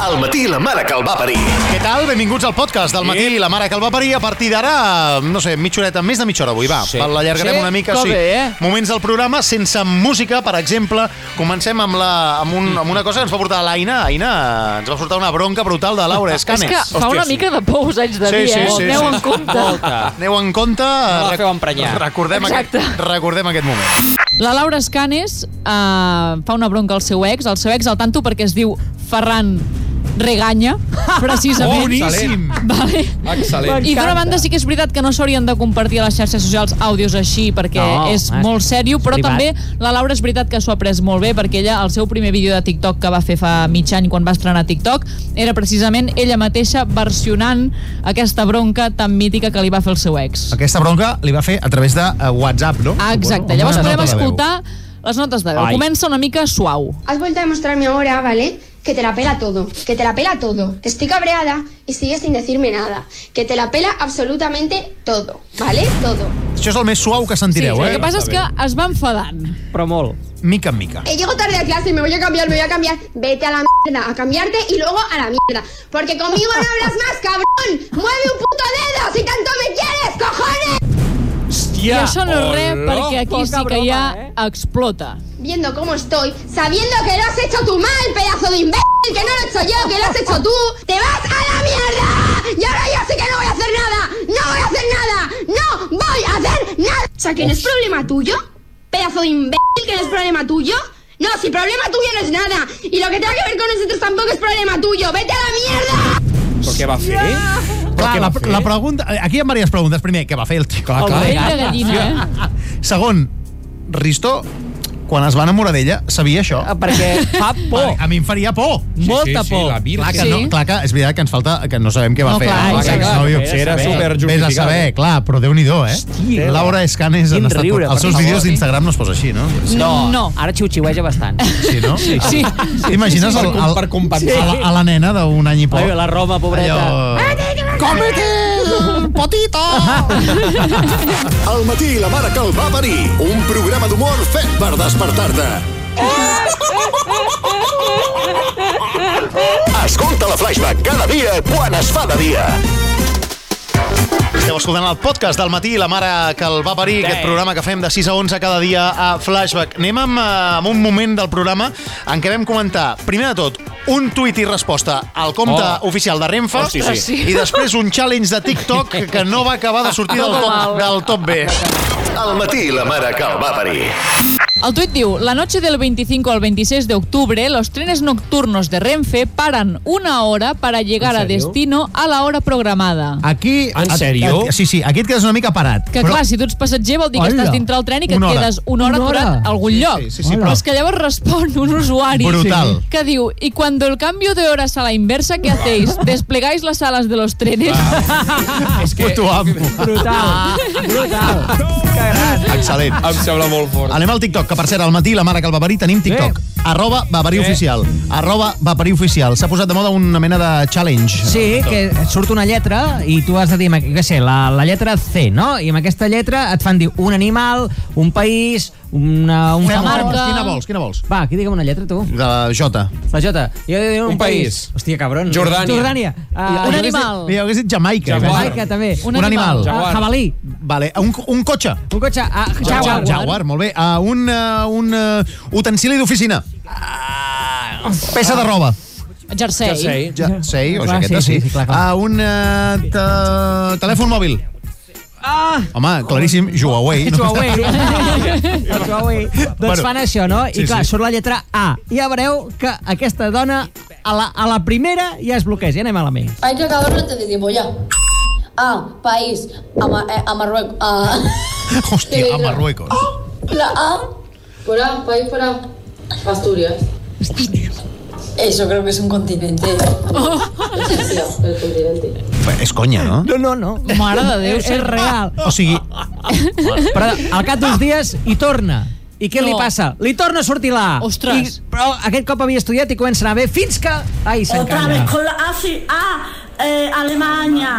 Al matí la mare que el va parir. Què tal? Benvinguts al podcast del matí i la mare que el va parir. A partir d'ara, no sé, mitja horeta, més de mitja hora avui, va. Sí. Va, L'allargarem Sí? una mica. Que bé, eh? Moments del programa sense música, per exemple. Comencem amb, la, amb, un, amb una cosa que ens va portar l'Aina. Aina, ens va portar una bronca brutal de Laura És Escanes. que fa una mica de por, us haig de Sí, dir, sí, eh? sí, Aneu sí. en compte. Molta. Aneu en compte... No la feu emprenyar. Recordem aquest, Exacte. recordem aquest moment. La Laura Escanes eh, fa una bronca al seu ex, al seu ex al tanto perquè es diu Ferran Reganya, precisament. Boníssim! Vale. Excel·lent. I d'una banda sí que és veritat que no s'haurien de compartir a les xarxes socials àudios així perquè No, no, és home, molt sèrio, però privat. també la Laura és veritat que s'ho ha pres molt bé perquè ella, el seu primer vídeo de TikTok que va fer fa mig any quan va estrenar TikTok era precisament ella mateixa versionant aquesta bronca tan mítica que li va fer el seu ex. Aquesta bronca li va fer a través de eh, WhatsApp, no? Ah, exacte. Suposo. Llavors Amb una nota de veu. podem escoltar les notes de veu. Ai. Comença una mica suau. Has vuelto a demostrarme ahora, ¿vale? Que te la pela todo, que te la pela todo. Estoy cabreada y sigues sin decirme nada. Que te la pela absolutamente todo, ¿vale? Todo. Això és el més suau que sentireu, el eh? que passa és que es va enfadant. Però molt. Mica en mica. Eh, llego tarde a clase, me voy a cambiar, me voy a cambiar. Vete a la mierda, a cambiarte y luego a la mierda. Porque conmigo no hablas más, cabrón. Mueve un puto dedo si tanto me quieres, cojones. I Hòstia! això no és res, perquè aquí sí que ja explota. Viendo cómo estoy, sabiendo que lo has hecho tú mal, pedazo de imbécil, que no lo he hecho yo, que lo has hecho tú, te vas a la mierda. Y ahora yo sí que no voy a hacer nada, no voy a hacer nada, no voy a hacer nada. O sea, que no es problema tuyo, pedazo de imbécil, que no es problema tuyo. No, si problema tuyo no es nada. Y lo que tenga que ver con nosotros tampoco es problema tuyo. ¡Vete a la mierda! Però què va fer? Clar, què la, va fer? la pregunta... eh, Aquí hi ha diverses preguntes. Primer, què va fer el tio? Clar, El vell de gallina, eh? Segon, Risto, quan es va enamorar d'ella, sabia això? Ah, Perquè fa por. A, a mi em faria por. Molta sí, por. la Virgen. Clar que, Sí. no, clar que és veritat que ens falta que no sabem què va No, fer. clar, no, clar, Aquest clar, exnòvio. que era Vés a- Vés a superjustificat. saber, clar, però déu-n'hi-do, eh? Hòstia. Laura Escanes Quin han estat... riure, tot- per Els seus favor. vídeos d'Instagram no es posa així, no? No. No. Ara xiu-xiueja bastant. Sí, no? Sí. T'imagines Per el, com- el, per compensar. a, la, a la nena d'un any i poc? Ai, la Roma, pobreta. Allò... Cómete, potito! Al matí la mare que el va parir. Un programa d'humor fet per despertar-te. Escolta la Flashback cada dia quan es fa de dia. Esteu escoltant el podcast del matí, la mare que el va parir, aquest programa que fem de 6 a 11 cada dia a Flashback. Anem amb, eh, amb un moment del programa en què vam comentar, primer de tot, un tuit i resposta al compte Oh. oficial de Renfe Hosti, sí. i després un challenge de TikTok que no va acabar de sortir del top, del top B. Al matí la mare que el va parir. El tuit diu, la noche del 25 al 26 de octubre, los trenes nocturnos de Renfe paran una hora para llegar a destino a la hora programada. Aquí... En sèrio? Sí, sí, aquí et quedes una mica parat. Que però... clar, si tu ets passatger vol dir que Hola. estàs dintre el tren i que et Una hora. quedes una hora, Una hora. aturat a algun Sí, lloc. sí, sí, sí, Hola. però- però és que llavors respon un usuari Brutal. que diu «Y cuando el cambio de horas a la inversa, ¿qué hacéis? ¿Desplegáis las alas de los trenes?» és que... Puto amo. Brutal. Brutal. Que gran. Excel·lent. Em sembla molt fort. Anem al TikTok, que per cert, al matí, la mare que el va parir, tenim TikTok. Arroba va parir oficial. Arroba va parir oficial. S'ha posat de moda una mena de challenge. Sí, que et surt una lletra i tu has de dir, què sé, la, la lletra C, no? I amb aquesta lletra et fan dir un animal, un país, una, un Fem, marca. famós. Quina vols, quina vols? Va, aquí digue'm una lletra, tu. De la Jota. La Jota. Jo diré un, Un país. Hòstia, cabron. Jordània. Jordània. Uh, Un animal. Li hagués dit Jamaica. Jaguar. Jamaica, també. Un Un animal. animal. Uh, Jaguar. jabalí. Vale, un, un cotxe. Un cotxe. Uh, jaguar. Jaguar, jaguar, molt bé. Uh, un uh, un uh, utensili d'oficina. Uh, peça de roba. Jersei. Sei. Ja, sei, o Clar, jaqueta, sí, sí. sí, sí, clar, clar. Uh, un uh, te, telèfon mòbil. Ah! Home, claríssim, Huawei. Ets Huawei. Ets Huawei. Doncs Bueno, fan això, no? I sí, clar, sí. surt la lletra A. I ja veureu que aquesta dona a la, a la primera ja es bloqueja. Ja anem a la ment. Hay que acabar de ya. A, país, a, Ma- eh, a Marruecos. A, Hòstia, a Marruecos. la A. Por A, país por A. Asturias. Eso creo que es un continente. Oh. Sí, el continente. Bé, És conya, no? No, no, no. Mare de Déu, és, sí. és real. O sigui, Però al cap d'uns dies hi torna. I què No. no. li passa? Li torna a sortir la A. Ostres. I, però aquest cop havia estudiat i comença a anar bé fins que... Otra Ai, vez s'encalla. con la A, sí, A, eh, Alemania,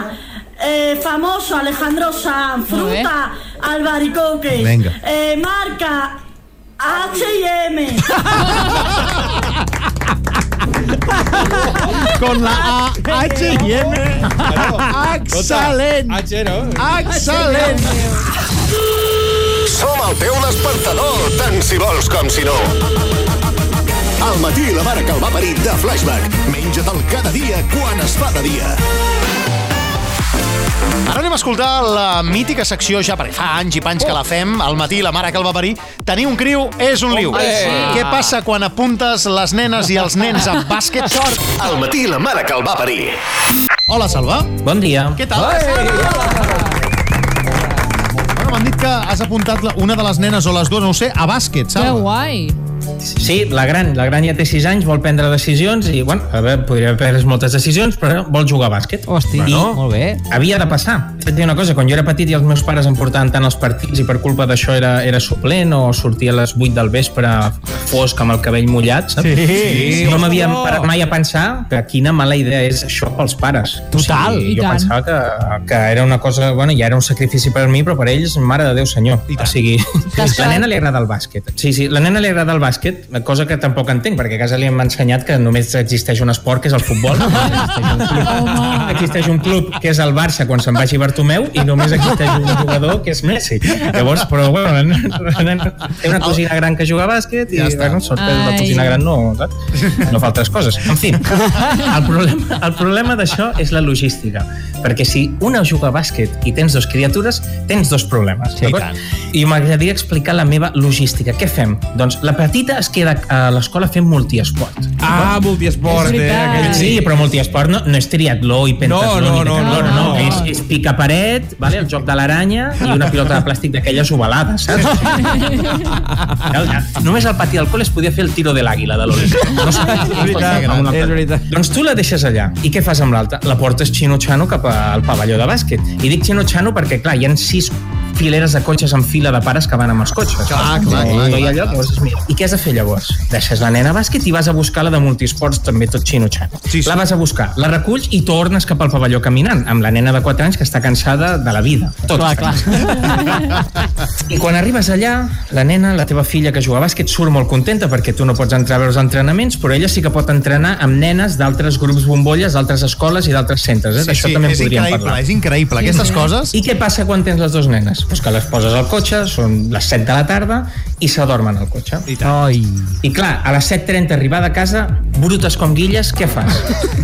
eh, famoso Alejandro Sanz, Muy bien. fruta, albaricoque, Venga. eh, marca H&M. Con la A, H y M. Excel·lent. H, no? Excel·lent. Som al teu despertador, tant si vols com si no. Al matí, la mare que el va parir de Flashback. Menja-te'l cada dia quan es fa de dia. Ara anem a escoltar la mítica secció, ja per fa anys i panys que la Oh. fem, al matí, la mare que el va parir. Tenir un criu és un liu. Què passa quan apuntes les nenes i els nens a bàsquet? Sort. Al matí, la mare que el va parir. Hola, Salva. Bon dia. Què tal? Bueno, M'han dit que has apuntat la- una de les nenes o les dues, no ho sé, a bàsquet, Que Salva. guai. Sí, la gran, la gran ja té 6 anys, vol prendre decisions i, bueno, a veure, podria haver pres moltes decisions, però vol jugar a bàsquet. Hosti, I molt bé. Havia de passar. Et dic una cosa, quan jo era petit i els meus pares em portaven tant als partits i per culpa d'això era, era suplent o sortia a les 8 del vespre fosc amb el cabell mullat, saps? Sí. No m'havia parat mai a pensar que quina mala idea és això pels pares. Total. O sigui, I jo tant. pensava que, que era una cosa, bueno, ja era un sacrifici per mi, però per ells, mare de Déu senyor. O sigui, la clar. nena li agrada el bàsquet. Sí, sí, la nena li agrada el bàsquet, cosa que tampoc entenc, perquè a casa li hem ensenyat que només existeix un esport, que és el futbol. Existeix un club, existeix un club que és el Barça quan se'n vagi Bartomeu i només existeix un jugador que és Messi. Llavors, però bueno, la nena- la nena té una cosina gran que juga a bàsquet i Ja ja està. bueno, sort que la Ai. cosina gran no, saps? no fa altres coses. En fi, el problema, el problema d'això és la logística, perquè si una juga a bàsquet i tens dos criatures, tens dos problemes. Sí, d'acord? i tant. I m'agradaria explicar la meva logística. Què fem? Doncs la petita es queda a l'escola fent multiesport. Ah, multiesport, És eh? veritat. Aquell... Sí, però multiesport no, no és triatló i pentatló. No, no, ni no, decatló, no, no. És, és picaparet, vale? el joc de l'aranya i una pilota de plàstic d'aquelles ovalades, saps? Ja, ja. Només al pati del col·le es podia fer el tiro de l'àguila de l'Oli. No sé, És veritat, Amb una altra. és veritat. Doncs tu la deixes allà. I què fas amb l'altra? La portes xino-xano cap al pavelló de bàsquet. I dic xino-xano perquè, clar, hi ha sis fileres de cotxes en fila de pares que van amb els cotxes. Clar, clar, clar, No hi clar, ha lloc, clar. llavors es mira. I què has de fer llavors? Deixes la nena a bàsquet i vas a buscar la de multisports, també tot xino-xano. Sí, sí. La vas a buscar, la reculls i tornes cap al pavelló caminant, amb la nena de 4 anys que està cansada de la vida. Tot clar, clar. I quan arribes allà, la nena, la teva filla que juga a bàsquet, surt molt contenta perquè tu no pots entrar a veure els entrenaments, però ella sí que pot entrenar amb nenes d'altres grups bombolles, d'altres escoles i d'altres centres. Eh? Sí, D'això sí, també en és podríem increïble, parlar. és increïble. Aquestes coses... I què passa quan tens les dues nenes? Pues que les poses al cotxe, són les 7 de la tarda i s'adormen al cotxe. I, Ai. I clar, a les 7.30 arribada a casa, brutes com guilles, què fas?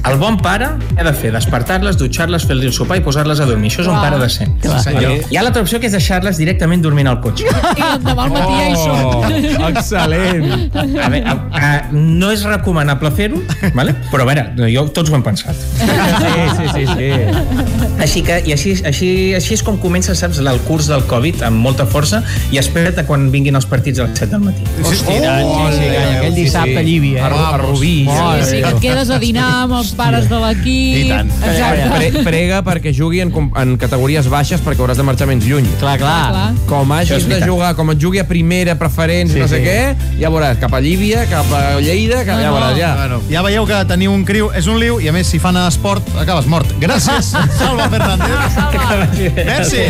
El bon pare què ha de fer? Despertar-les, dutxar-les, fer-li el sopar i posar-les a dormir. Això és un pare decent. Vale? Hi ha l'altra opció que és deixar-les directament dormint al cotxe. I l'endemà al matí ja hi Oh, són. excel·lent. A veure, a, a, no és recomanable fer-ho, vale? però a veure, jo, tots ho hem pensat. Sí, sí, sí, sí. Així que, i així, així, així és com comença, saps, el curs del Covid, amb molta força, i espera't a quan vinguin els partits a les 7 del matí. Hosti, oh, sí, sí, Aquell dissabte a Llívia. A, Ru- a Rubí. Molt Sí, sí, que et quedes a dinar amb els pares de l'equip. I tant. Exacte. Pre Prega perquè jugui en, com- en categories baixes perquè hauràs de marxar menys lluny. Clar, clar. Clar. Com és hagis de veritat. jugar, com et jugui a primera, preferents, sí, no sé sí. què, ja veuràs, cap a Llívia, cap a Lleida, cap, No, ja no. veuràs, ja. Bueno, ja veieu que tenir un criu és un liu i, a més, si fan esport, acabes mort. Gràcies, Salva Fernández. Merci.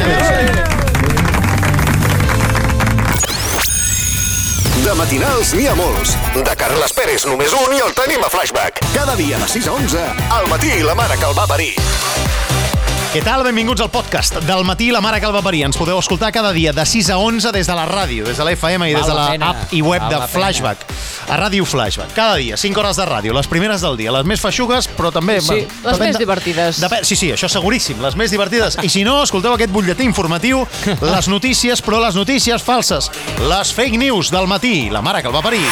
De matinals n'hi ha molts. De Carles Pérez només un i el tenim a Flashback. Cada dia de 6 a 11, al matí, la mare que el va parir. Què tal? Benvinguts al podcast del matí La Mare que el va parir. Ens podeu escoltar cada dia de 6 a 11 des de la ràdio, des de la FM i Val des de la la pena. app i web Val de la pena. Flashback. A Ràdio Flashback. Cada dia, 5 hores de ràdio, les primeres del dia, les més feixugues, però també... Sí, va, les depèn més divertides. Depèn, sí, sí, això seguríssim, les més divertides. I si no, escolteu aquest butlletí informatiu, les notícies, però les notícies falses, les fake news del matí, la mare que el va parir.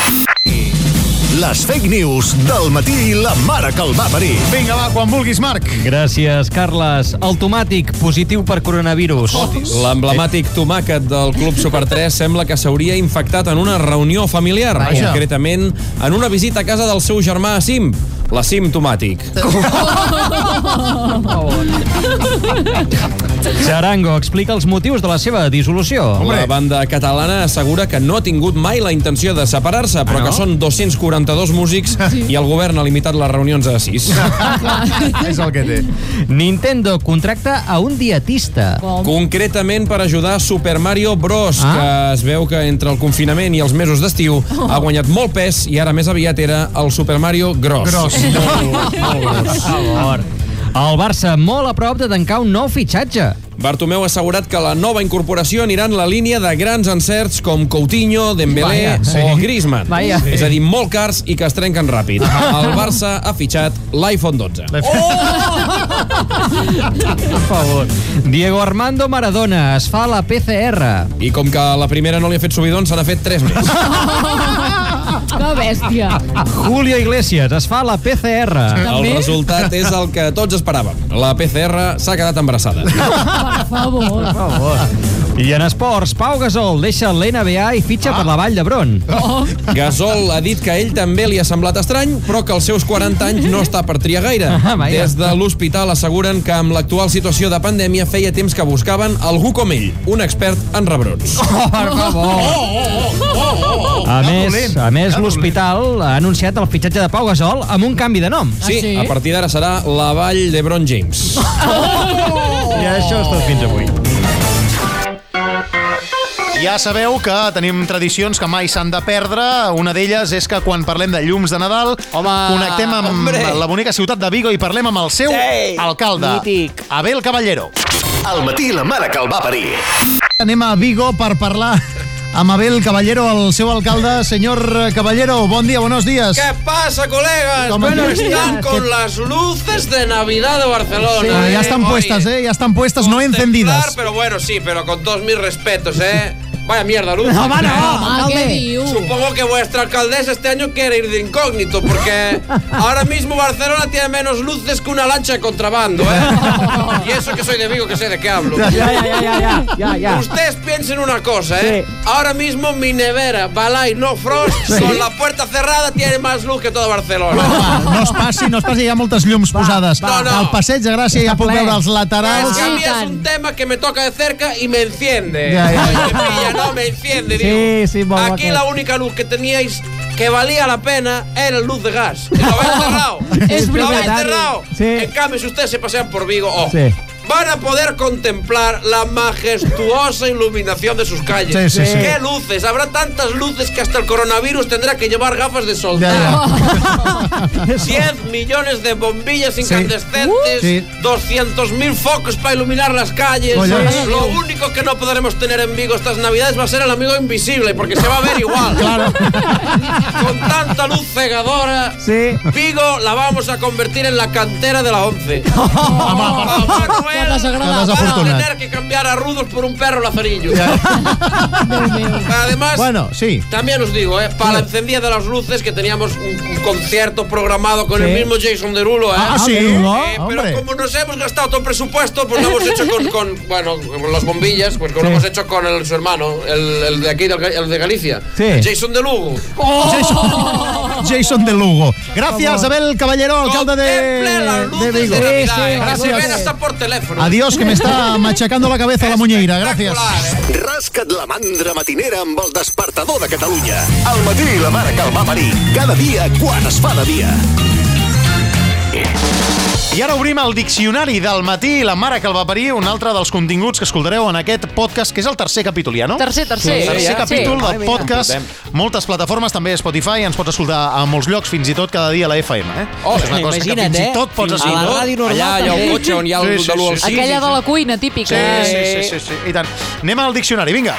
Les fake news del matí, la mare que el va parir. Vinga, va, quan vulguis, Marc. Gràcies, Carles. Automàtic, positiu per coronavirus. L'emblemàtic tomàquet del Club Super 3 sembla que s'hauria infectat en una reunió familiar, Vaja. concretament en una visita a casa del seu germà Sim, la Sim Tomàtic. Jarango explica els motius de la seva dissolució. La banda catalana assegura que no ha tingut mai la intenció de separar-se, però que són 242 músics i el govern ha limitat les reunions a 6. És el que té. Nintendo contracta a un dietista. Com? Concretament per ajudar Super Mario Bros, Ah. que es veu que entre el confinament i els mesos d'estiu ha guanyat molt pes i ara més aviat era el Super Mario Gros. Gros. Per favor. El Barça molt a prop de tancar un nou fitxatge. Bartomeu ha assegurat que la nova incorporació anirà en la línia de grans encerts com Coutinho, Dembélé Vaja. Vaya, o Griezmann. Vaja. Sí. Ah. És a dir, molt cars i que es trenquen ràpid. El Barça ha fitxat l'iPhone 12. Per favor. Oh! Diego Armando Maradona es fa la PCR. I com que la primera no li ha fet subidon, se n'ha fet tres més. Que bèstia. Julio Iglesias es fa la PCR. El També? resultat és el que tots esperàvem. La PCR s'ha quedat embarassada. Per favor. Per favor. I en esports, Pau Gasol deixa l'NBA i fitxa per la Vall d'Hebron. Oh. Gasol ha dit que a ell també li ha semblat estrany, però que als seus 40 anys no està per triar gaire. Ah, vaja. Des de l'hospital asseguren que amb l'actual situació de pandèmia feia temps que buscaven algú com ell, un expert en rebrons. Oh, per favor. A més, dolent, a que més dolent. l'hospital ha anunciat el fitxatge de Pau Gasol amb un canvi de nom. Sí, Ah, sí? a partir d'ara serà la vall d'Ebron James. I això és tot fins avui. Ja sabeu que tenim tradicions que mai s'han de perdre. Una d'elles és que quan parlem de llums de Nadal Home, connectem amb hombre. la bonica ciutat de Vigo i parlem amb el seu Sí. alcalde, Mític. Abel Caballero. Al matí la mare que el va parir. Anem a Vigo per parlar amb Abel Caballero, el seu alcalde. Senyor Caballero, bon dia, buenos días. pasa, colegas? Toma, Bueno, tío. están con las luces de Navidad de Barcelona. Ah, eh? Ya están puestas, no Pero bueno, sí, pero con todos mis respetos, ¿eh? Vaya mierda, luz. Ah, què diu? Supongo que vuestra alcaldesa este año quiere ir de incógnito, porque ahora mismo Barcelona tiene menos luces que una lancha de contrabando, ¿eh? Y eso que soy de Vigo, que sé de qué hablo. Ja, ja, ja, ja, ja, ja. Ustedes piensen una cosa, ¿eh? Sí. Ahora mismo mi nevera, Balay No Frost, con la puerta cerrada, tiene más luz que toda Barcelona. No es passi, no es passi, hi ha moltes llums posades. va. No, no. Al passeig de Gràcia ja puc ple. veure els laterals. Es que a mí es Pues un tema que me toca de cerca y me enciende. Ya, ya. Oye, pilla, no, me enciende, Sí, digo. sí, vamos a Aquí ver. la única luz que teníais que valía la pena era luz de gas. Y Lo habéis cerrado. Es lo habéis verdad. cerrado. Sí. En cambio, si ustedes se pasean por Vigo, oh, Sí. van a poder contemplar la majestuosa iluminación de sus calles. Sí, sí, sí. ¡Qué luces! Habrá tantas luces que hasta el coronavirus tendrá que llevar gafas de sol. Ah. Ja, ja. 10 millones de bombillas incandescentes, Sí. 200.000 focos para iluminar las calles. Oye. Lo único que no podremos tener en Vigo estas navidades va a ser el amigo invisible, porque se va a ver igual. Con tanta luz cegadora, Sí. Vigo la vamos a convertir en la cantera de la once. Papá Noel Qué desagradable. va a Desafortunado. tener que cambiar a rudos por un perro lazarillo. Déu meu. Además, Bueno, sí. También os digo, ¿eh? para la encendida de las luces que teníamos un, un concierto programado con el mismo Jason Derulo. ¿eh? Ah, sí. Derulo, hombre. pero como nos hemos gastado todo el presupuesto, pues lo hemos hecho con, con, bueno, con las bombillas, pues lo hemos hecho con el- su hermano, el, el de aquí, del Ga- el de Galicia, Sí. el Jason de Lugo. Jason, Jason de Lugo. Gràcies, Abel Caballero, alcalde Contemple las de, de luces Vigo. de Navidad, ¿eh? que se ven Gracias. hasta por teléfono. Adiós, que me está machacando la cabeza la muñeira. Gracias. Espectacular, ¿eh? Rasca't la mandra matinera amb el despertador de Catalunya. Al matí la mare que el va parir. Cada dia quan es fa de dia. I ara obrim el diccionari del matí i la mare que el va parir, un altre dels continguts que escoltareu en aquest podcast, que és el tercer capítol ja, no? Tercer, tercer. tercer Sí. capítol del podcast. Moltes plataformes, també Spotify, ens pots escoltar a molts llocs, fins i tot cada dia a la FM. Eh? Oh, és una cosa que imagina't, fins i eh? tot pots Fins a la escoltar. ràdio normal Allà hi ha un també. cotxe on hi ha el Sí, sí, de l'u al sí. sis. Aquella de la cuina, típica. eh? Sí, sí, sí, sí, sí, i tant. Anem al diccionari, vinga.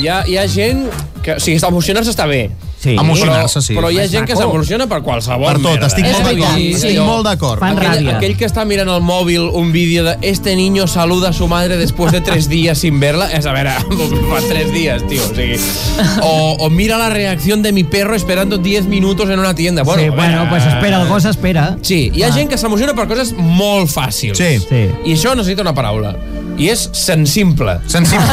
Hi ha, hi ha gent que... O sigui, emocionar-se està bé. Sí. Emocionar-se, sí. Però hi ha gent que s'emociona per qualsevol Per tot, merda. estic És molt veritat, d'acord. sí. Estic molt d'acord. Fan Aquell, ràbia. aquell que està mirant el mòbil un vídeo de este niño saluda a su madre después de tres días sin verla, és a veure, fa tres dies, tio, o sigui... O, o mira la reacción de mi perro esperando 10 minutos en una tienda. Bueno, Sí, a veure, bueno, pues espera, el gos espera. Ah. Sí, hi ha gent que s'emociona per coses molt fàcils. Sí. Sí. I això necessita una paraula. I és sensimple. Sensible.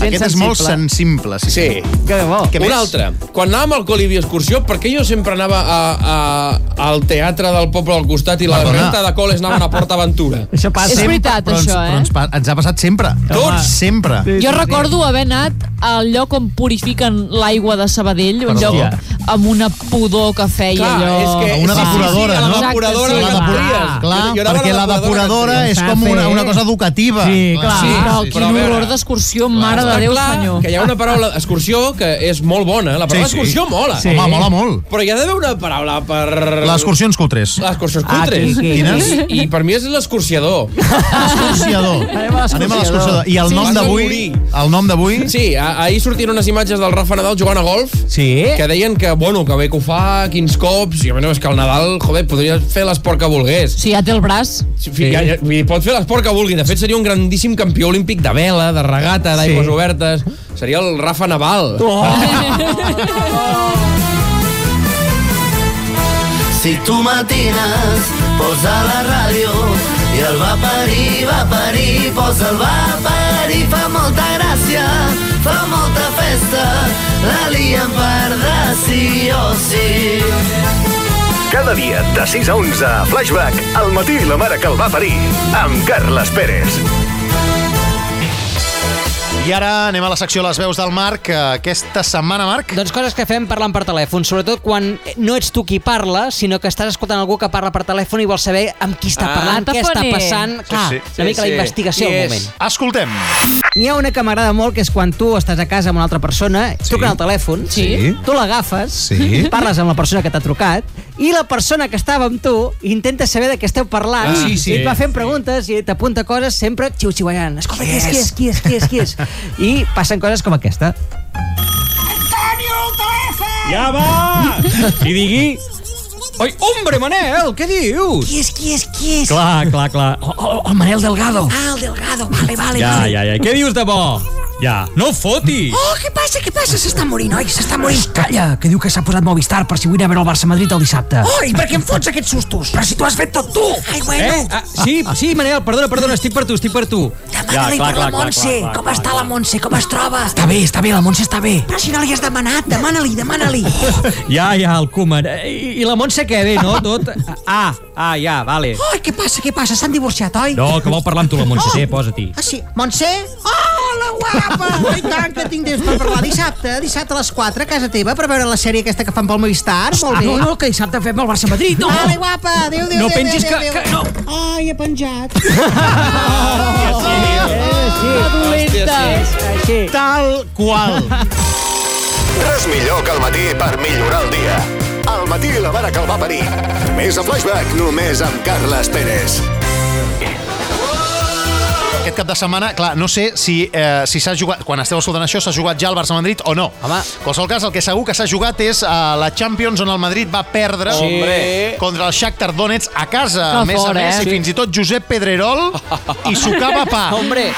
Aquest és molt sensible. Sí. Sí. Que bo. Què Una més? altra. Quan anàvem al Colibri Excursió, per què jo sempre anava a, a, al teatre del poble del costat i la Perdona. renta de coles anaven a Port Aventura? Això És passa. Sempre, veritat, però ens, això, eh? Però ens, pa- ens ha passat sempre. Tots. Sempre. Jo recordo haver anat al lloc on purifiquen l'aigua de Sabadell, un Perdó. lloc Hòstia. amb una pudor que feia Clar, allò. és que- Una sí, sí, sí, depuradora, la no? depuradora la la depuradora. tries. Clar, Jo- jo anava perquè a la la depuradora depuradora és Ah, com que una, tries. una cosa educativa. Sí, clar. Sí, però sí, quin sí. horror d'excursió, mare de Està Déu, clar senyor. que hi ha una paraula excursió que és molt bona. eh? La paraula Sí, sí. excursió mola. Sí. Home, mola molt. Però hi ha d'haver una paraula per... Les excursions cutres. Les excursions Ah, qui- cutres. qui- Quines? I, I per mi és l'escurciador. L'escurciador. Anem a Ah, l'escurciador. Anem a l'escurciador. I el nom Vas a d'avui? morir. El nom d'avui? Sí, a- ahir sortien unes imatges del Rafa Nadal jugant a golf sí. que deien que, bueno, que bé que ho fa, quins cops, i a més és que el Nadal, joder, podria fer l'esport que volgués. Si ja té el braç... Sí. Ja, ja, vull dir, pot fer l'esport que vulgui. De fet, seria un grandíssim campió olímpic de vela, de regata, d'aigües Sí. obertes. Seria el Rafa Nadal. Oh. Si tu matines, posa la ràdio i el va parir, va parir, posa el va parir. Fa molta gràcia, fa molta festa, la lien per de sí o sí. Cada dia de 6 a 11 a Flashback, al matí la mare que el va parir, amb Carles Pérez. I ara anem a la secció Les veus del Marc, que aquesta setmana, Marc... Doncs coses que fem parlant per telèfon, sobretot quan no ets tu qui parla, sinó que estàs escoltant algú que parla per telèfon i vols saber amb qui està Ah, parlant, què està tafoner. passant... Sí, Clar, sí. una Sí, mica la sí. investigació al Yes. moment. Escoltem. N'hi ha una que m'agrada molt, que és quan tu estàs a casa amb una altra persona, et truquen al telèfon, Sí. tu l'agafes, Sí. parles amb la persona que t'ha trucat, i la persona que estava amb tu intenta saber de què esteu parlant, Ah, sí, i sí. et va fent preguntes i t'apunta coses sempre xiu-xiuallant. Escolta, qui és, qui és, qui és, qui és, qui és? I passen coses com aquesta. Ja va! I digui... Oi, hombre, Manel, què dius? Qui és, qui és, qui és? Clar, clar, clar. Oh, oh, oh, el Manel Delgado. Ah, el Delgado, vale, vale. Ja, vale. ja, ja. Què dius de bo? Ja. No fotis! Oh, què passa, què passa? S'està morint, oi? S'està morint. Calla, que diu que s'ha posat Movistar per si vull anar a veure el Barça-Madrid el dissabte. Oh, i per què em fots aquests sustos? Però si t'ho has fet tot tu! Ai, Eh? Ah, sí, sí, Manel, perdona, perdona, estic per tu, estic per tu. Demana-li per la Montse. Com està la Montse? Com es troba? Està bé, està bé, la Montse està bé. Però si no li has demanat, demana-li, demana-li. Ja, ja, el Koeman. Eh, I, i la Montse què, bé, no? Tot... Ah, ah, ja, vale. Ai, què passa, què passa? S'han divorciat, oi? No, que vol parlar amb tu, la Montse, té, posa-t'hi. Ah, sí. Montse? Hola, guapa! I tant que tinc temps per parlar. Dissabte, dissabte a les 4 a casa teva per veure la sèrie aquesta que fan pel Movistar. Molt Ah, bé. no, no, que dissabte fem el Barça-Madrid, no? Vale, guapa. Adéu, adéu, No adéu, pensis adéu, que- adéu. que- no. Ai, he penjat. Oh, Sí. Tal qual. Res millor que el matí per millorar el dia. Al matí la mare que el va parir. Més a Flashback, només amb Carles Pérez. Aquest cap de setmana, clar, no sé si eh, si s'ha jugat, quan esteu escoltant això, s'ha jugat ja el Barça-Madrid o no. Home. Qualsevol cas, el que segur que s'ha jugat és a la Champions, on el Madrid va perdre Sí. Hombre. contra el Shakhtar Donetsk a casa, Que a més fort, a més, eh? i fins i tot Josep Pedrerol i sucava pa. Hombre.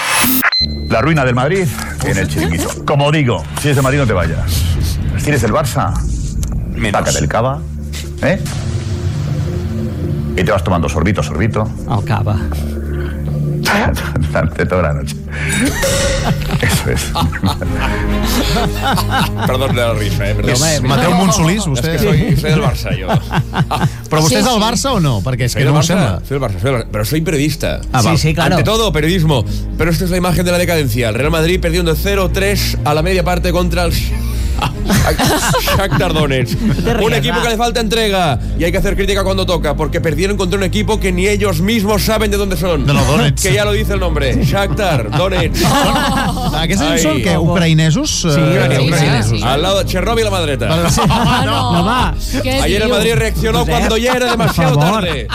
La ruina del Madrid en el chiringuito. Como digo, si eres de Madrid no te vayas. Si eres del Barça, pácate el cava, ¿eh? Y te vas tomando sorbito, sorbito. Al cava. Durante toda la noche. Eso es. Perdón de la rifa, eh? Perdó. És Mateu Monsolís, vostè. És que soy, soy del Barça, jo. Però vostè Sí, és del sí. Barça o no? Perquè és Soy que del no m'ho Barça, sembla. soy del Barça, soy del Barça, pero soy periodista. Ah, Sí, va. sí, claro. Ante todo, periodismo. Pero esta es la imagen de la decadencia. El Real Madrid perdiendo 0-3 a la media parte contra el Shakhtar Donetsk. Un rías, equipo va. que le falta entrega y hay que hacer crítica cuando toca, porque perdieron contra un equipo que ni ellos mismos saben de dónde son. De los Donetsk. Que ya lo dice el nombre. Shakhtar Donetsk. Ah, Aquests Ai. són, què, ucraïnesos? Sí, Sí. Al lado de Chernóbil a la madreta. Vale, sí. Ah, no. No, va. ¿Qué Ayer el digo? Madrid reaccionó Josep, cuando ya era por demasiado favor. tarde.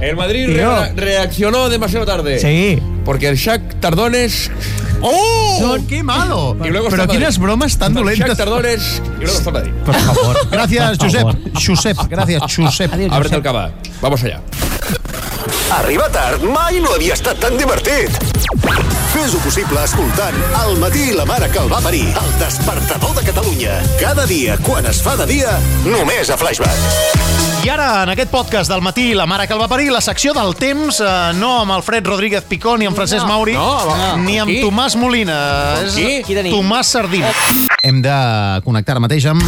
El Madrid re- Tío. reaccionó demasiado tarde. Sí. Porque el Shaq Tardones. ¡Oh! No, ¡Qué malo! Y luego Pero está Madrid. quines bromes tan El dolentes. Shaq Tardones. Y luego está Madrid. Por favor. Gràcies, Per favor. Josep. Josep, gràcies, Josep. Ábrete el cava. Vamos allá. Arriba tard mai no havia estat tan divertit. Fes-ho possible escoltant El matí la mare que el va parir. El despertador de Catalunya. Cada dia, quan es fa de dia, només a Flashback. I ara, en aquest podcast del matí, la mare que el va parir, la secció del temps, eh, no amb Alfred Rodríguez Picó, ni amb Francesc No. Mauri, eh, No, va. ni amb Qui? Tomàs Molina. És Qui? Qui tenim? Tomàs Sardina. Hem de connectar ara mateix amb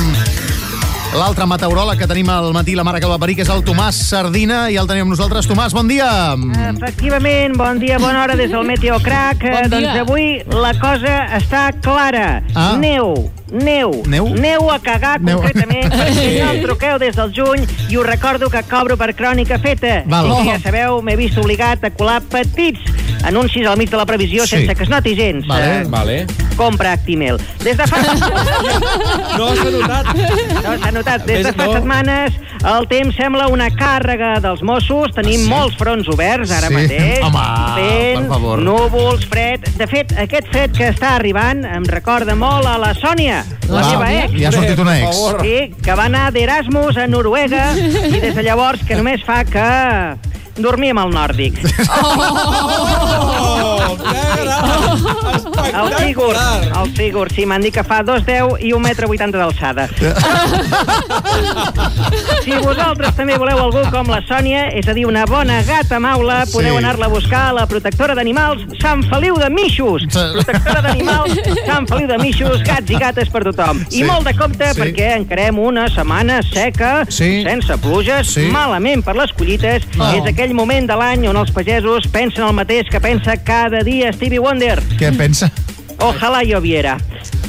l'altre meteoròleg que tenim al matí, la mare que el va parir, que és el Tomàs Sardina, i el tenim amb nosaltres. Tomàs, bon dia! Efectivament, bon dia, bona hora des del Meteocrac. Bon Bon dia. doncs avui la cosa està clara. Ah. Neu, neu. Neu? Neu a cagar Neu. concretament, perquè Sí. no em truqueu des del juny i us recordo que cobro per crònica feta. Val. I que ja sabeu, m'he vist obligat a colar petits anuncis al mig de la previsió Sí. sense que es noti gens. Vale, Eh, vale. Compra Actimel. Des de fa... No s'ha notat. No s'ha notat. Des de Ves, fa no. setmanes el temps sembla una càrrega dels Mossos. Tenim molts fronts oberts ara Ah, Sí. mateix. Home, Vent, per favor. núvols, fred... De fet, aquest fred que està arribant em recorda molt a la Sònia, la, La meva Sònia? ex. Li ha sortit una ex. Per favor. Sí, que va anar d'Erasmus a Noruega i des de llavors que només fa que dormir amb el nòrdic. El Sigur, el Sigur, sí, m'han dit que fa 2,10 i 1,80 m d'alçada. Si vosaltres també voleu algú com la Sònia, és a dir, una bona gata maula, Sí. podeu anar-la a buscar a la protectora d'animals Sant Feliu de Mixos. Protectora d'animals Sant Feliu de Mixos, gats i gates per tothom. Sí. I molt de compte, Sí. perquè encarem una setmana seca, Sí. sense pluges, Sí. malament per les collites. Oh. És aquell moment de l'any on els pagesos pensen el mateix que pensa cada dia Stevie Wonder. Què pensa? Ojalá lloviera.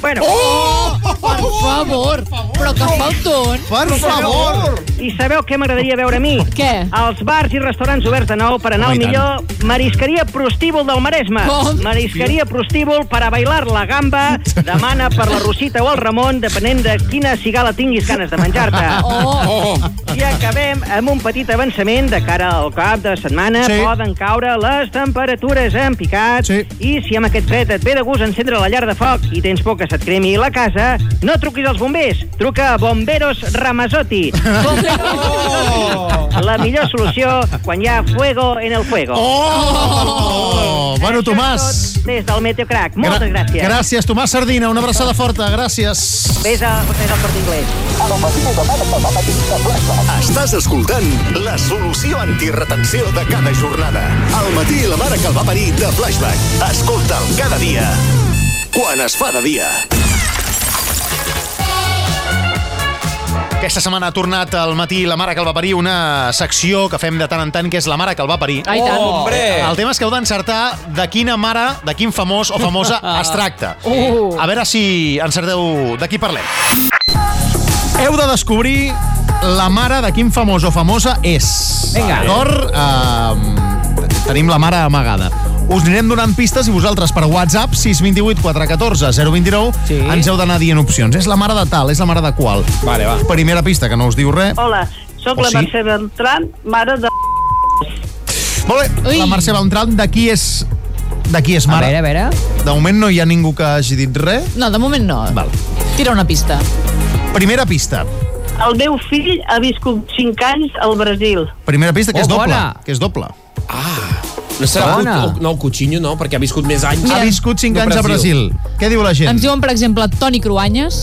Bueno. Oh, per favor! Però que falton! Per favor! I sabeu què m'agradaria veure a mi? Què? Els bars i restaurants oberts de nou per anar Home, al i millor marisqueria prostíbul del Maresme. Com? Marisqueria prostíbul per a bailar la gamba, demana per la Rosita o el Ramon, depenent de quina cigala tinguis ganes de menjar-te. Oh. I acabem amb un petit avançament de cara al cap de setmana. Sí. Poden caure les temperatures en picat. Sí. I si amb aquest fred et ve de gust encendre la llar de foc i tens por que se't cremi la casa, no truquis als bombers. Truca a Bomberos Ramazotti. Bomberos. La millor solució quan hi ha fuego en el fuego. Oh! Bueno, Tomàs. Des del Meteocrac. Moltes Gra- gràcies. Gràcies, Tomàs Sardina. Una abraçada forta. Gràcies. Ves a, ves al Corte Inglés. Estàs escoltant la solució antirretenció de cada jornada. Al matí la mare que el va parir de Flashback. Escolta'l cada dia. Quan es fa de dia. Aquesta setmana ha tornat al matí la mare que el va parir, una secció que fem de tant en tant, que és la mare que el va parir. Ai, tant. Hombre! El tema és que heu d'encertar de quina mare, de quin famós o famosa es tracta. Uh. A veure si encerteu de qui parlem. Heu de descobrir la mare de quin famós o famosa és. Vinga. D'acord? Eh, tenim la mare amagada. Us anirem donant pistes i vosaltres per WhatsApp 628 414 029 sí. ens heu d'anar dient opcions. És la mare de tal, és la mare de qual. Vale, va. Primera pista, que no us diu res. Hola, sóc O la Oh, sí. Mercè Beltrán, mare de... Molt bé. La Mercè Beltrán, de qui és... De qui és mare? veure, a veure. De moment no hi ha ningú que hagi dit res. No, de moment no. Val. Tira una pista. Primera pista. El meu fill ha viscut 5 anys al Brasil. Primera pista, que Oh, és doble. bona. Que és doble. Ah. No serà Bona. cu- o- no, Cuchinyo no, perquè ha viscut més anys. Ha viscut 5 anys a Brasil. Què diu la gent? Ens diuen, per exemple, Toni Cruanyes.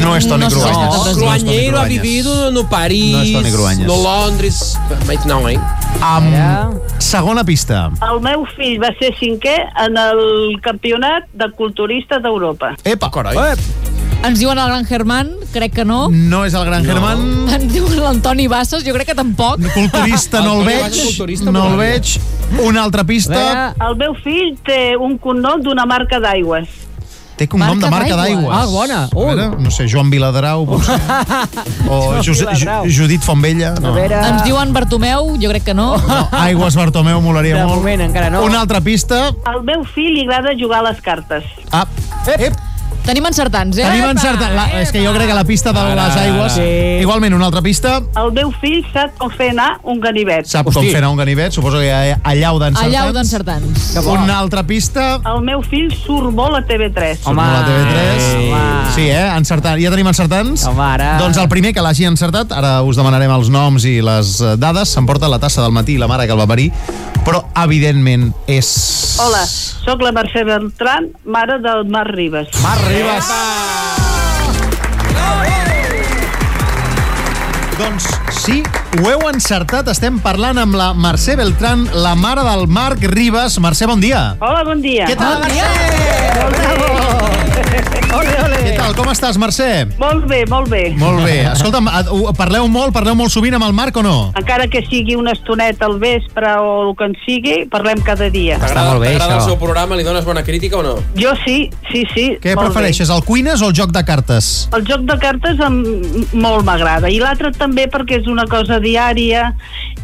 No és Toni no sé si Cruanyes. ha estat a Brasil. Cruanyero ha vivido no París, No és Toni Cruanyes. no Londres, eh? vaig anar, oi? Amb... Segona pista. El meu fill va ser cinquè en el campionat de culturistes d'Europa. Epa! Carai. Ens diuen el Gran Germán, crec que no. No és el Gran no. Germán. Ens diuen l'Antoni Bassas, jo crec que tampoc. Culturista no el veig. No el veig. Una altra pista. El meu fill té un cognom d'una marca d'aigües. Té cognom de marca d'aigües. Ah, bona. A veure, no sé, Joan Viladrau, potser. o Joan Josep, Viladrau. Ju- Judit Fombella. No. Ah, Ens diuen Bartomeu, jo crec que no. Aigües Bartomeu molaria De molt. moment encara no. Una altra pista. Al meu fill li agrada jugar a les cartes. Ah, ep, ep. Tenim encertants, eh? Tenim encertat. La, és que jo crec que la pista de les aigües... Sí. Igualment, una altra pista. El meu fill sap com fer anar un ganivet. Sap com fer anar un ganivet. Suposo que hi ha- allà ho d'encertats. Allà ho d'encertants. Que bo. Una altra pista. El meu fill surt molt a TV3. Home, la TV3. Sí, eh? Encertant. Ja tenim encertants. Home, ara... Doncs el primer que l'hagi encertat, ara us demanarem els noms i les eh, dades, s'emporta la tassa del matí i la mare que el va parir, però evidentment és... Hola, sóc la Mercè Beltrán, mare del Marc Ribas. Ah. Marc Ribas. Doncs sí Ho heu encertat, estem parlant amb la Mercè Beltrán, la mare del Marc Ribas. Mercè, bon dia. Hola, bon dia. Què tal? Bon dia! Ole, ole. Què tal, com estàs, Mercè? Molt bé, molt bé. Molt bé. Escolta'm, a- ho- parleu molt, parleu molt sovint amb el Marc o no? Encara que sigui una estoneta al vespre o el que en sigui, parlem cada dia. molt bé, T'agrada això. el seu programa? Li dones bona crítica o no? Jo sí, sí, sí. Què molt prefereixes, el cuines o el joc de cartes? Bé. El joc de cartes em, molt m'agrada. I l'altre també perquè és una cosa diària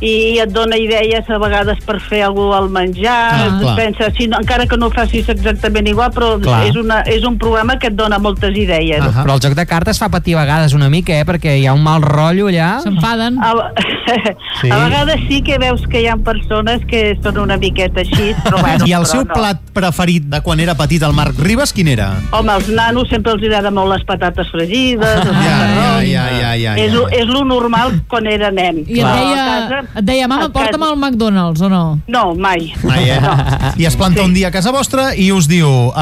i et dona idees a vegades per fer algú al menjar. Ah, Ah, clar. pensa, si no, encara que no ho facis exactament igual, però Clar. és, una, és un programa que et dona moltes idees. Ah, però el joc de cartes fa patir a vegades una mica, eh? Perquè hi ha un mal rotllo allà. S'enfaden. A, sí. Sí. a vegades sí que veus que hi ha persones que són una miqueta així, però bueno, I el però seu no. plat preferit de quan era petit el Marc Ribas, quin era? Home, als nanos sempre els agrada molt les patates fregides, els macarrons. ja, ja, ja, És, lo- és lo normal quan era nen. I et deia, Ah, et deia mama, porta'm al McDonald's, o no? No, mai. Ai, eh? I es planta un dia a casa vostra i us diu uh,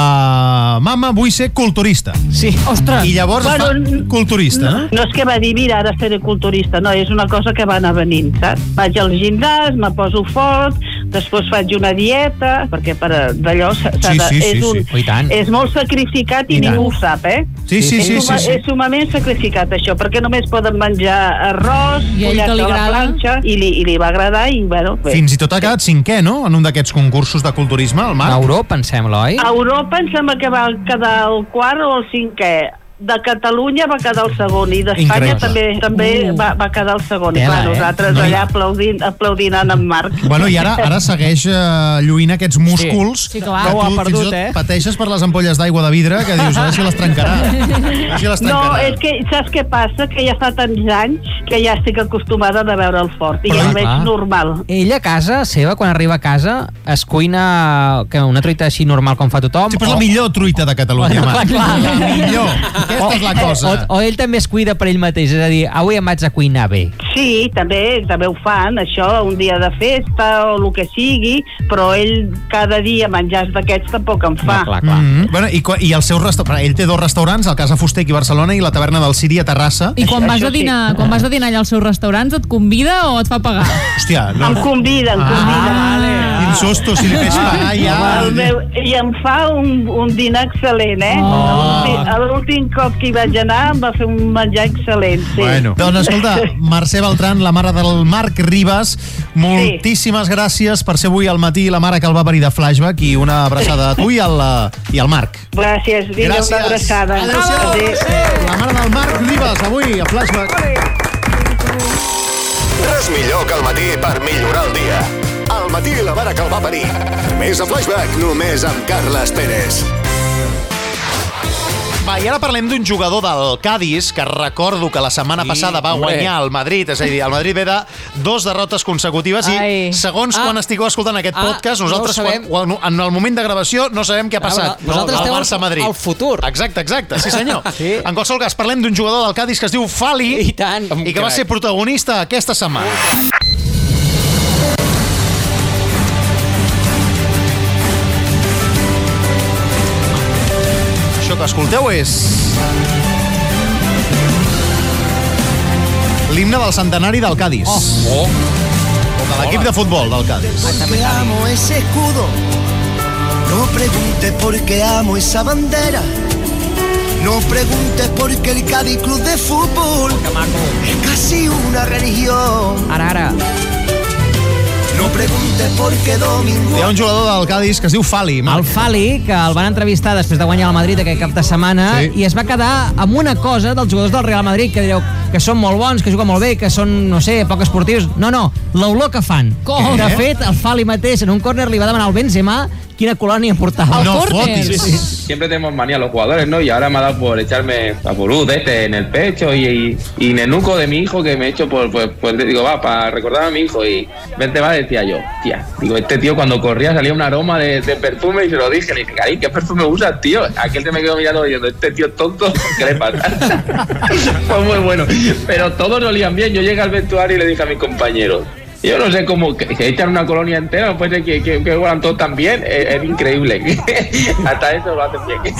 mama, vull ser culturista. Sí, ostres. I llavors bueno, fa culturista, Ah. no? No és que va dir, mira, ara seré culturista, no, és una cosa que va anar venint, saps? Vaig al gimnàs, me poso fort, després faig una dieta, perquè per a- d'allò s'ha s'ha Sí, de- sí, sí, és, un, sí. Oh, i tant. és molt sacrificat i, I I tant. ningú ho sap, eh? Sí, sí, és sí, sí, sí. És sumament sacrificat, això, perquè només poden menjar arròs, I a ell que pollats li a la agrada? planxa, i li, i li va agradar, i bueno, bé. Fins i tot ha quedat cinquè, no?, en un d'aquests concursos de culturisme, el Marc. A Europa, em sembla, oi? A Europa em sembla que va quedar el quart o el cinquè. De Catalunya va quedar el segon i Increïble. d'Espanya Uh. també també va, va quedar el segon. I Tela, clar, eh? nosaltres No hi- allà aplaudint, aplaudint en en Marc. Bueno, i ara ara segueix eh, lluint aquests músculs Sí, clar. que No tu ho ha fins i perdut, tot eh? pateixes per les ampolles d'aigua de vidre que dius, ara si les trencarà. Ara si les No, trencarà. és que saps què passa? Que ja fa tants anys que ja estic acostumada de veure el fort i ja el veig clar. normal. Ella a casa seva, quan arriba a casa, es cuina que una truita així normal com fa tothom. Sí, però és la millor truita de Catalunya, Marc. La millor. Aquesta és la cosa. O, o ell també es cuida per ell mateix, és a dir, avui em vaig a cuinar bé. Sí, també també ho fan, això, un dia de festa o el que sigui, però ell cada dia menjars d'aquests tampoc en fa. Mm -hmm. bueno, i, qua- I el seu restaurant, ell té dos restaurants, el Casa Fuster aquí a Barcelona i la Taverna del Siri a Terrassa. I quan vas, a dinar, quan vas a dinar allà als seus restaurants et convida o et fa pagar? Hòstia, no. Em convida, em convida. Ah, Quin susto, si li fes pagar ja... El meu, I em fa un, un dinar excel·lent, eh? Ah. Oh. L'últim cop que hi vaig anar em va fer un menjar excel·lent, sí. Bueno. Doncs escolta, Mercè Beltrán, la mare del Marc Ribas, moltíssimes sí. gràcies per ser avui al matí la mare que el va parir de flashback i una abraçada a tu i al, eh, i al Marc. Gràcies, vinga, Gràcies. una abraçada. Adéu-siau. La mare del Marc Ribas, avui, a flashback. Res millor que el matí per millorar el dia. Al matí la mare que el va parir. Més a Flashback, només amb Carles Pérez. Va, i ara parlem d'un jugador del Cádiz que recordo que la setmana passada va hombre. guanyar al Madrid, és a dir, el Madrid ve de dos derrotes consecutives Ai. i segons Ah. quan estigueu escoltant aquest Ah, podcast, no ho nosaltres sabem. quan, quan- en el moment de gravació no sabem què ha Ah, passat. vo- vosaltres el esteu Barça Madrid. al futur. Exacte, exacte, sí senyor. sí. En qualsevol cas, parlem d'un jugador del Cádiz que es diu Fali i, tant, i que va crac. ser protagonista aquesta setmana. Això que escolteu és... L'himne del centenari del Cádiz. Oh. O de l'equip de futbol del Cádiz. Porque amo ese escudo. No preguntes por qué amo esa bandera. No preguntes por qué el Cádiz Club de Fútbol es casi una religión. Ara, ara. No preguntes por qué Domingo. Hi ha un jugador del Cádiz que es diu Fali. El Fali, que el van entrevistar després de guanyar el Madrid aquest cap de setmana, sí. i es va quedar amb una cosa dels jugadors del Real Madrid, que direu que són molt bons, que juguen molt bé, que són, no sé, poc esportius. No, no, l'olor que fan. Com? De fet, el Fali mateix en un córner li va demanar al Benzema quina colònia portava. Sí, sí. Siempre tenemos manía los jugadores, ¿no? Y ahora me ha dado por echarme la bolud de este en el pecho y, y, y nenuco de mi hijo que me he hecho por, pues, pues, digo, va, para recordar a mi hijo y vente va, decía yo, tía, digo, este tío cuando corría salía un aroma de, de perfume y se lo dije, le dije, cariño, ¿qué perfume usas, tío? Aquel se me quedó mirando diciendo, este tío tonto, ¿qué le pasa? Fue muy bueno, pero todos olían bien, yo llegué al vestuario y le dije a mis compañeros, Yo no sé cómo que, que echan una colonia entera, después pues, de que, que, que huelan todos tan bien, es, es eh, increíble. Hasta eso lo hacen bien.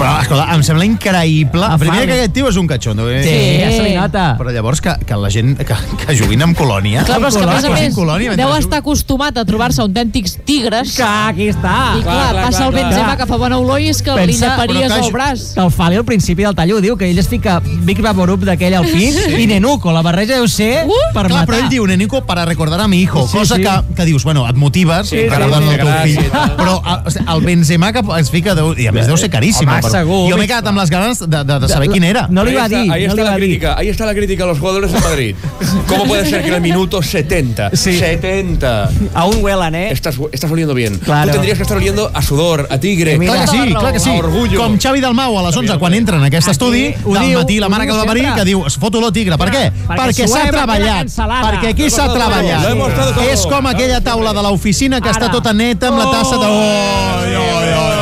Però, escolta, em sembla increïble. A primera que aquest tio és un catxondo. eh? Sí, ja se li nota. Però llavors que, que la gent que, que juguin amb colònia... Clar, però és que, a més a més, colònia, deu estar acostumat a trobar-se autèntics tigres. Que aquí està. I clar, clar, clar passa el Benzema cap a bona olor i és que li naparies el braç. Que el Fali al principi del tallo diu que ell es fica Big Vaporub d'aquell al pis Sí. i Nenuco, la barreja deu ser uh, per clar, matar. però ell diu Nenuco para recordar a mi hijo, Sí, sí, cosa sí. sí. Que, que dius, bueno, et motives Sí, sí, sí, recordant sí, el teu gràcies, fill. tal. Però a- o sigui, el Benzema que es fica... Deu, I a més deu ser caríssim. Home, però- segur. Jo m'he quedat amb les ganes de, de, de saber quin era. Ahí está- Ahí está la crítica. Ahí está la crítica a los jugadores de Madrid. ¿Cómo puede ser que en el minuto 70, 70, aún huelan, eh? Estás, estás oliendo bien. Claro. Tú tendrías que estar oliendo a sudor, a tigre. Clar que sí, clar que sí. A orgullo. Com Xavi Dalmau a les 11, quan entra en aquest Aquí estudi, ho del diu, matí la ho mare diu que el va parir, sempre. que diu, fot olor tigre. Per què? perquè Perquè s'ha suem, perquè la treballat. cansalada. Perquè aquí Lo s'ha hemos dado todo, lo hemos dado treballat. todo. És com aquella taula de l'oficina que està tota neta amb la tassa de... Oi, oi, oi, oi.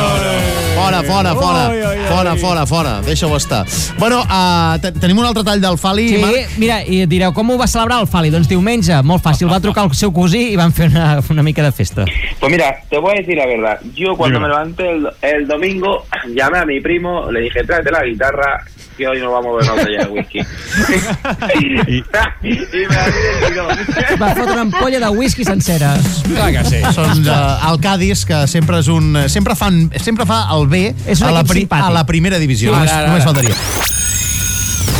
Fora, fora, fora. Fora, fora, fora. Deixa-ho estar. Bueno, uh, te- tenim un altre tall del Fali, Sí, Marc. mira, i direu, com ho va celebrar el Fali? Doncs diumenge, molt fàcil, va trucar el seu cosí i van fer una, una mica de festa. Pues mira, te voy a decir la verdad. Yo cuando me levanté el, el domingo, llamé a mi primo, le dije, tráete la guitarra, que hoy nos vamos a beber una botella de whisky. y... me la tiré y no. Va fotre una ampolla de whisky sencera. Clar que sí. Són de, el Cádiz, que sempre, és un, sempre, fan, sempre fa el bé És un a la, equip pri, simpàtic. a la primera divisió. Sí, només, ara, ara, només ara. faltaria.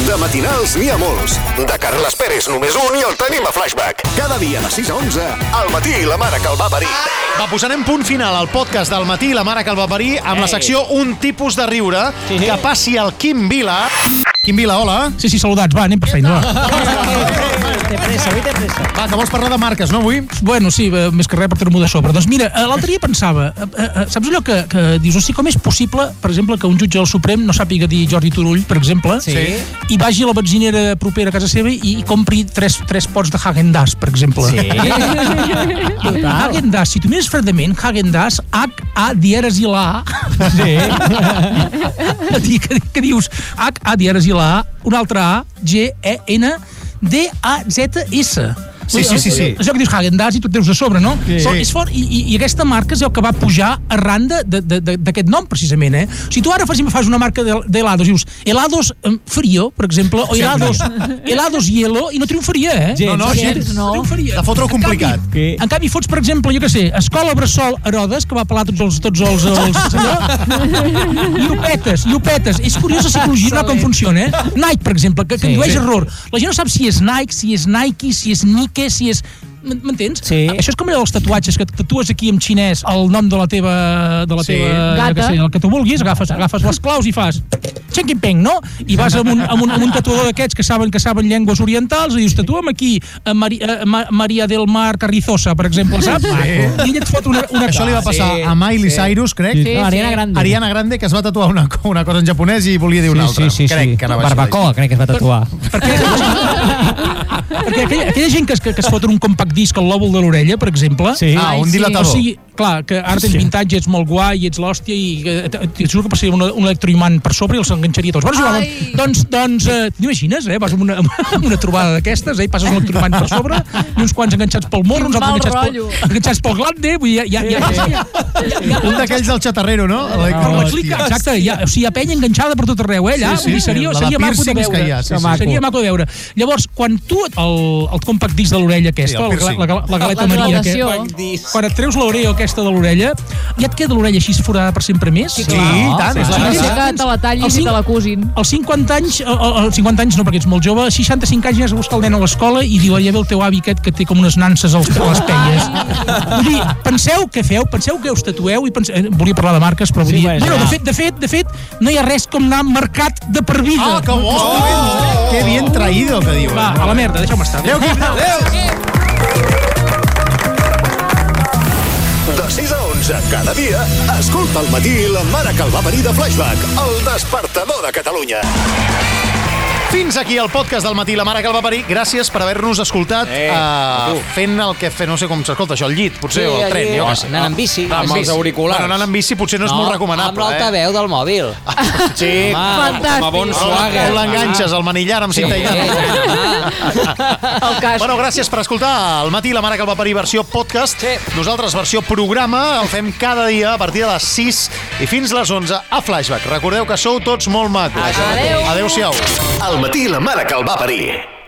De matinals n'hi ha molts. De Carles Pérez només un i el tenim a Flashback. Cada dia de 6 a 11, al matí la mare que el va parir. Va, posarem punt final al podcast del matí La mare que el va parir amb la secció Un tipus de riure que passi al Quim Vila. Quim Vila, hola. Sí, sí, saludats, va, anem per feina, va. Té pressa, avui té pressa. Va, que vols parlar de marques, no, avui? Bueno, sí, eh, més que res per tremolar de sobre. Doncs mira, eh, l'altre dia pensava, eh, eh, eh, saps allò que, que dius, hosti, com és possible, per exemple, que un jutge del Suprem no sàpiga dir Jordi Turull, per exemple, Sí. i vagi a la benzinera propera a casa seva i, i compri tres, tres pots de Häagen-Dazs, per exemple. Sí. Häagen-Dazs, si tu mires fredament, Häagen-Dazs, H-A, dieres i la A. Sí. que, que dius H-A, dieres i la A, una altra A, E, G-E-N, D-A-Z-S. Sí, sí, sí, sí. És allò que dius Häagen-Dazs i tu et treus de sobre, no? Sí. Però és fort, i, i, i aquesta marca és el que va pujar arran de- de- de- de- d'aquest nom, precisament, eh? Si tu ara fas, fas una marca de- d'helados, dius helados em, frío, per exemple, o Sí, helados, home. helados hielo, i no triomfaria, eh? Gens, No, no, gens, gens. no. Triomfaria. De fotre-ho En canvi- complicat. En canvi, fots, per exemple, jo què sé, Escola Bressol Herodes, que va apel·lar tots els... Tots els, els allò, i ho petes, i ho petes. És curiós la psicologia, no, com funciona, eh? Nike, per exemple, que, que Sí. sí, indueix Sí. sí. error. La gent no sap si és Nike, si és Nike, si és Nike, si és... M- M'entens? Sí. Això és com els tatuatges, que et tatues aquí en xinès el nom de la teva... De la Sí. teva jo què Gata. Sé, el que tu vulguis, agafes, agafes les claus i fas... Chenkin Peng, no? I vas amb un, amb un, amb un tatuador d'aquests que saben que saben llengües orientals i dius, tatua'm aquí a Mari, a Ma, Maria del Mar Carrizosa, per exemple, saps? Sí. I ell et fot una... una Això li va passar a Miley Cyrus, crec. Sí, no, Ariana Grande. Ariana Grande, que es va tatuar una, co- una cosa en japonès i volia dir una Sí, altra. sí, sí, crec sí. Que anava així. Barbacoa, crec que es va Doncs tatuar. Perquè aquella, aquella gent que, es- que, que es foten un compact disc al lòbul de l'orella, per exemple... Sí. Ah, un Ai, dilatador. O sigui, clar, que ara tens Sí. vintatge, ets molt guai, ets l'hòstia, i eh, t- et juro que passaria un, un electroimant per sobre i els enganxaria tots. Bueno, és igual, doncs, doncs eh, t'imagines, eh? Vas amb una, amb una trobada d'aquestes, eh? i passes un electroimant per sobre, i uns quants enganxats pel morro, uns Mal altres enganxats pel, enganxats pel glande, vull dir, ja... ja, ja, ja, ja, ja Un d'aquells del xatarrero, no? per la clica, exacte, hi ha, o sigui, hi ha penya enganxada per tot arreu, eh, allà, Sí, sí, sí, sí, seria, la de seria maco de piercings veure. que hi ha, sí, sí. Seria maco de veure. Llavors, quan tu et- el, el compact disc de l'orella Sí, aquesta, el la, la, la, la galeta La Maria, que, dilatació. quan et treus l'orella aquesta de l'orella, ja et queda l'orella així forada per sempre més? Sí, clar. Sí, i tant, és la O sigui, gràcia. tens- Que te la tallin els i te la cinc- Als 50 anys, o- o- als 50 anys no, perquè ets molt jove, als 65 anys ja a buscar el nen a l'escola i diu, ja ve el teu avi aquest que té com unes nances als, a les penyes. Vull dir, penseu què feu, penseu què us tatueu i penseu... Eh, volia parlar de marques, però vull Sí, dir... vaja, Bueno, ja. de fet, de fet, de fet, no hi ha res com anar mercat de per vida. Oh! Ah, que bo! Que bien traído, que diuen. Va, a la merda, deixeu-me estar. Adéu, Quim, De 6 a 11, cada dia, escolta al matí la mare que el va parir de Flashback, el despertador de Catalunya. Fins aquí el podcast del matí, la mare que el va parir. Gràcies per haver-nos escoltat eh, a uh, tu. fent el que fe, no sé com s'escolta això, al llit, potser, Sí, o al al tren, llit. jo què sé. Anant amb bici, Ah, amb els auriculars. Bueno, anant amb bici potser no, és molt recomanable. amb l'altaveu eh? del mòbil. Sí, Home, Fantàstic. com a bon Swagger. No l'enganxes, el manillar amb cinta sí. El cas. Bueno, gràcies per escoltar el matí, la mare que el va parir, versió podcast. Sí. Nosaltres, versió programa, el fem cada dia a partir de les 6 i fins les 11 a Flashback. Recordeu que sou tots molt macos. Adéu. Adéu-siau. Al matí la mare que el va parir.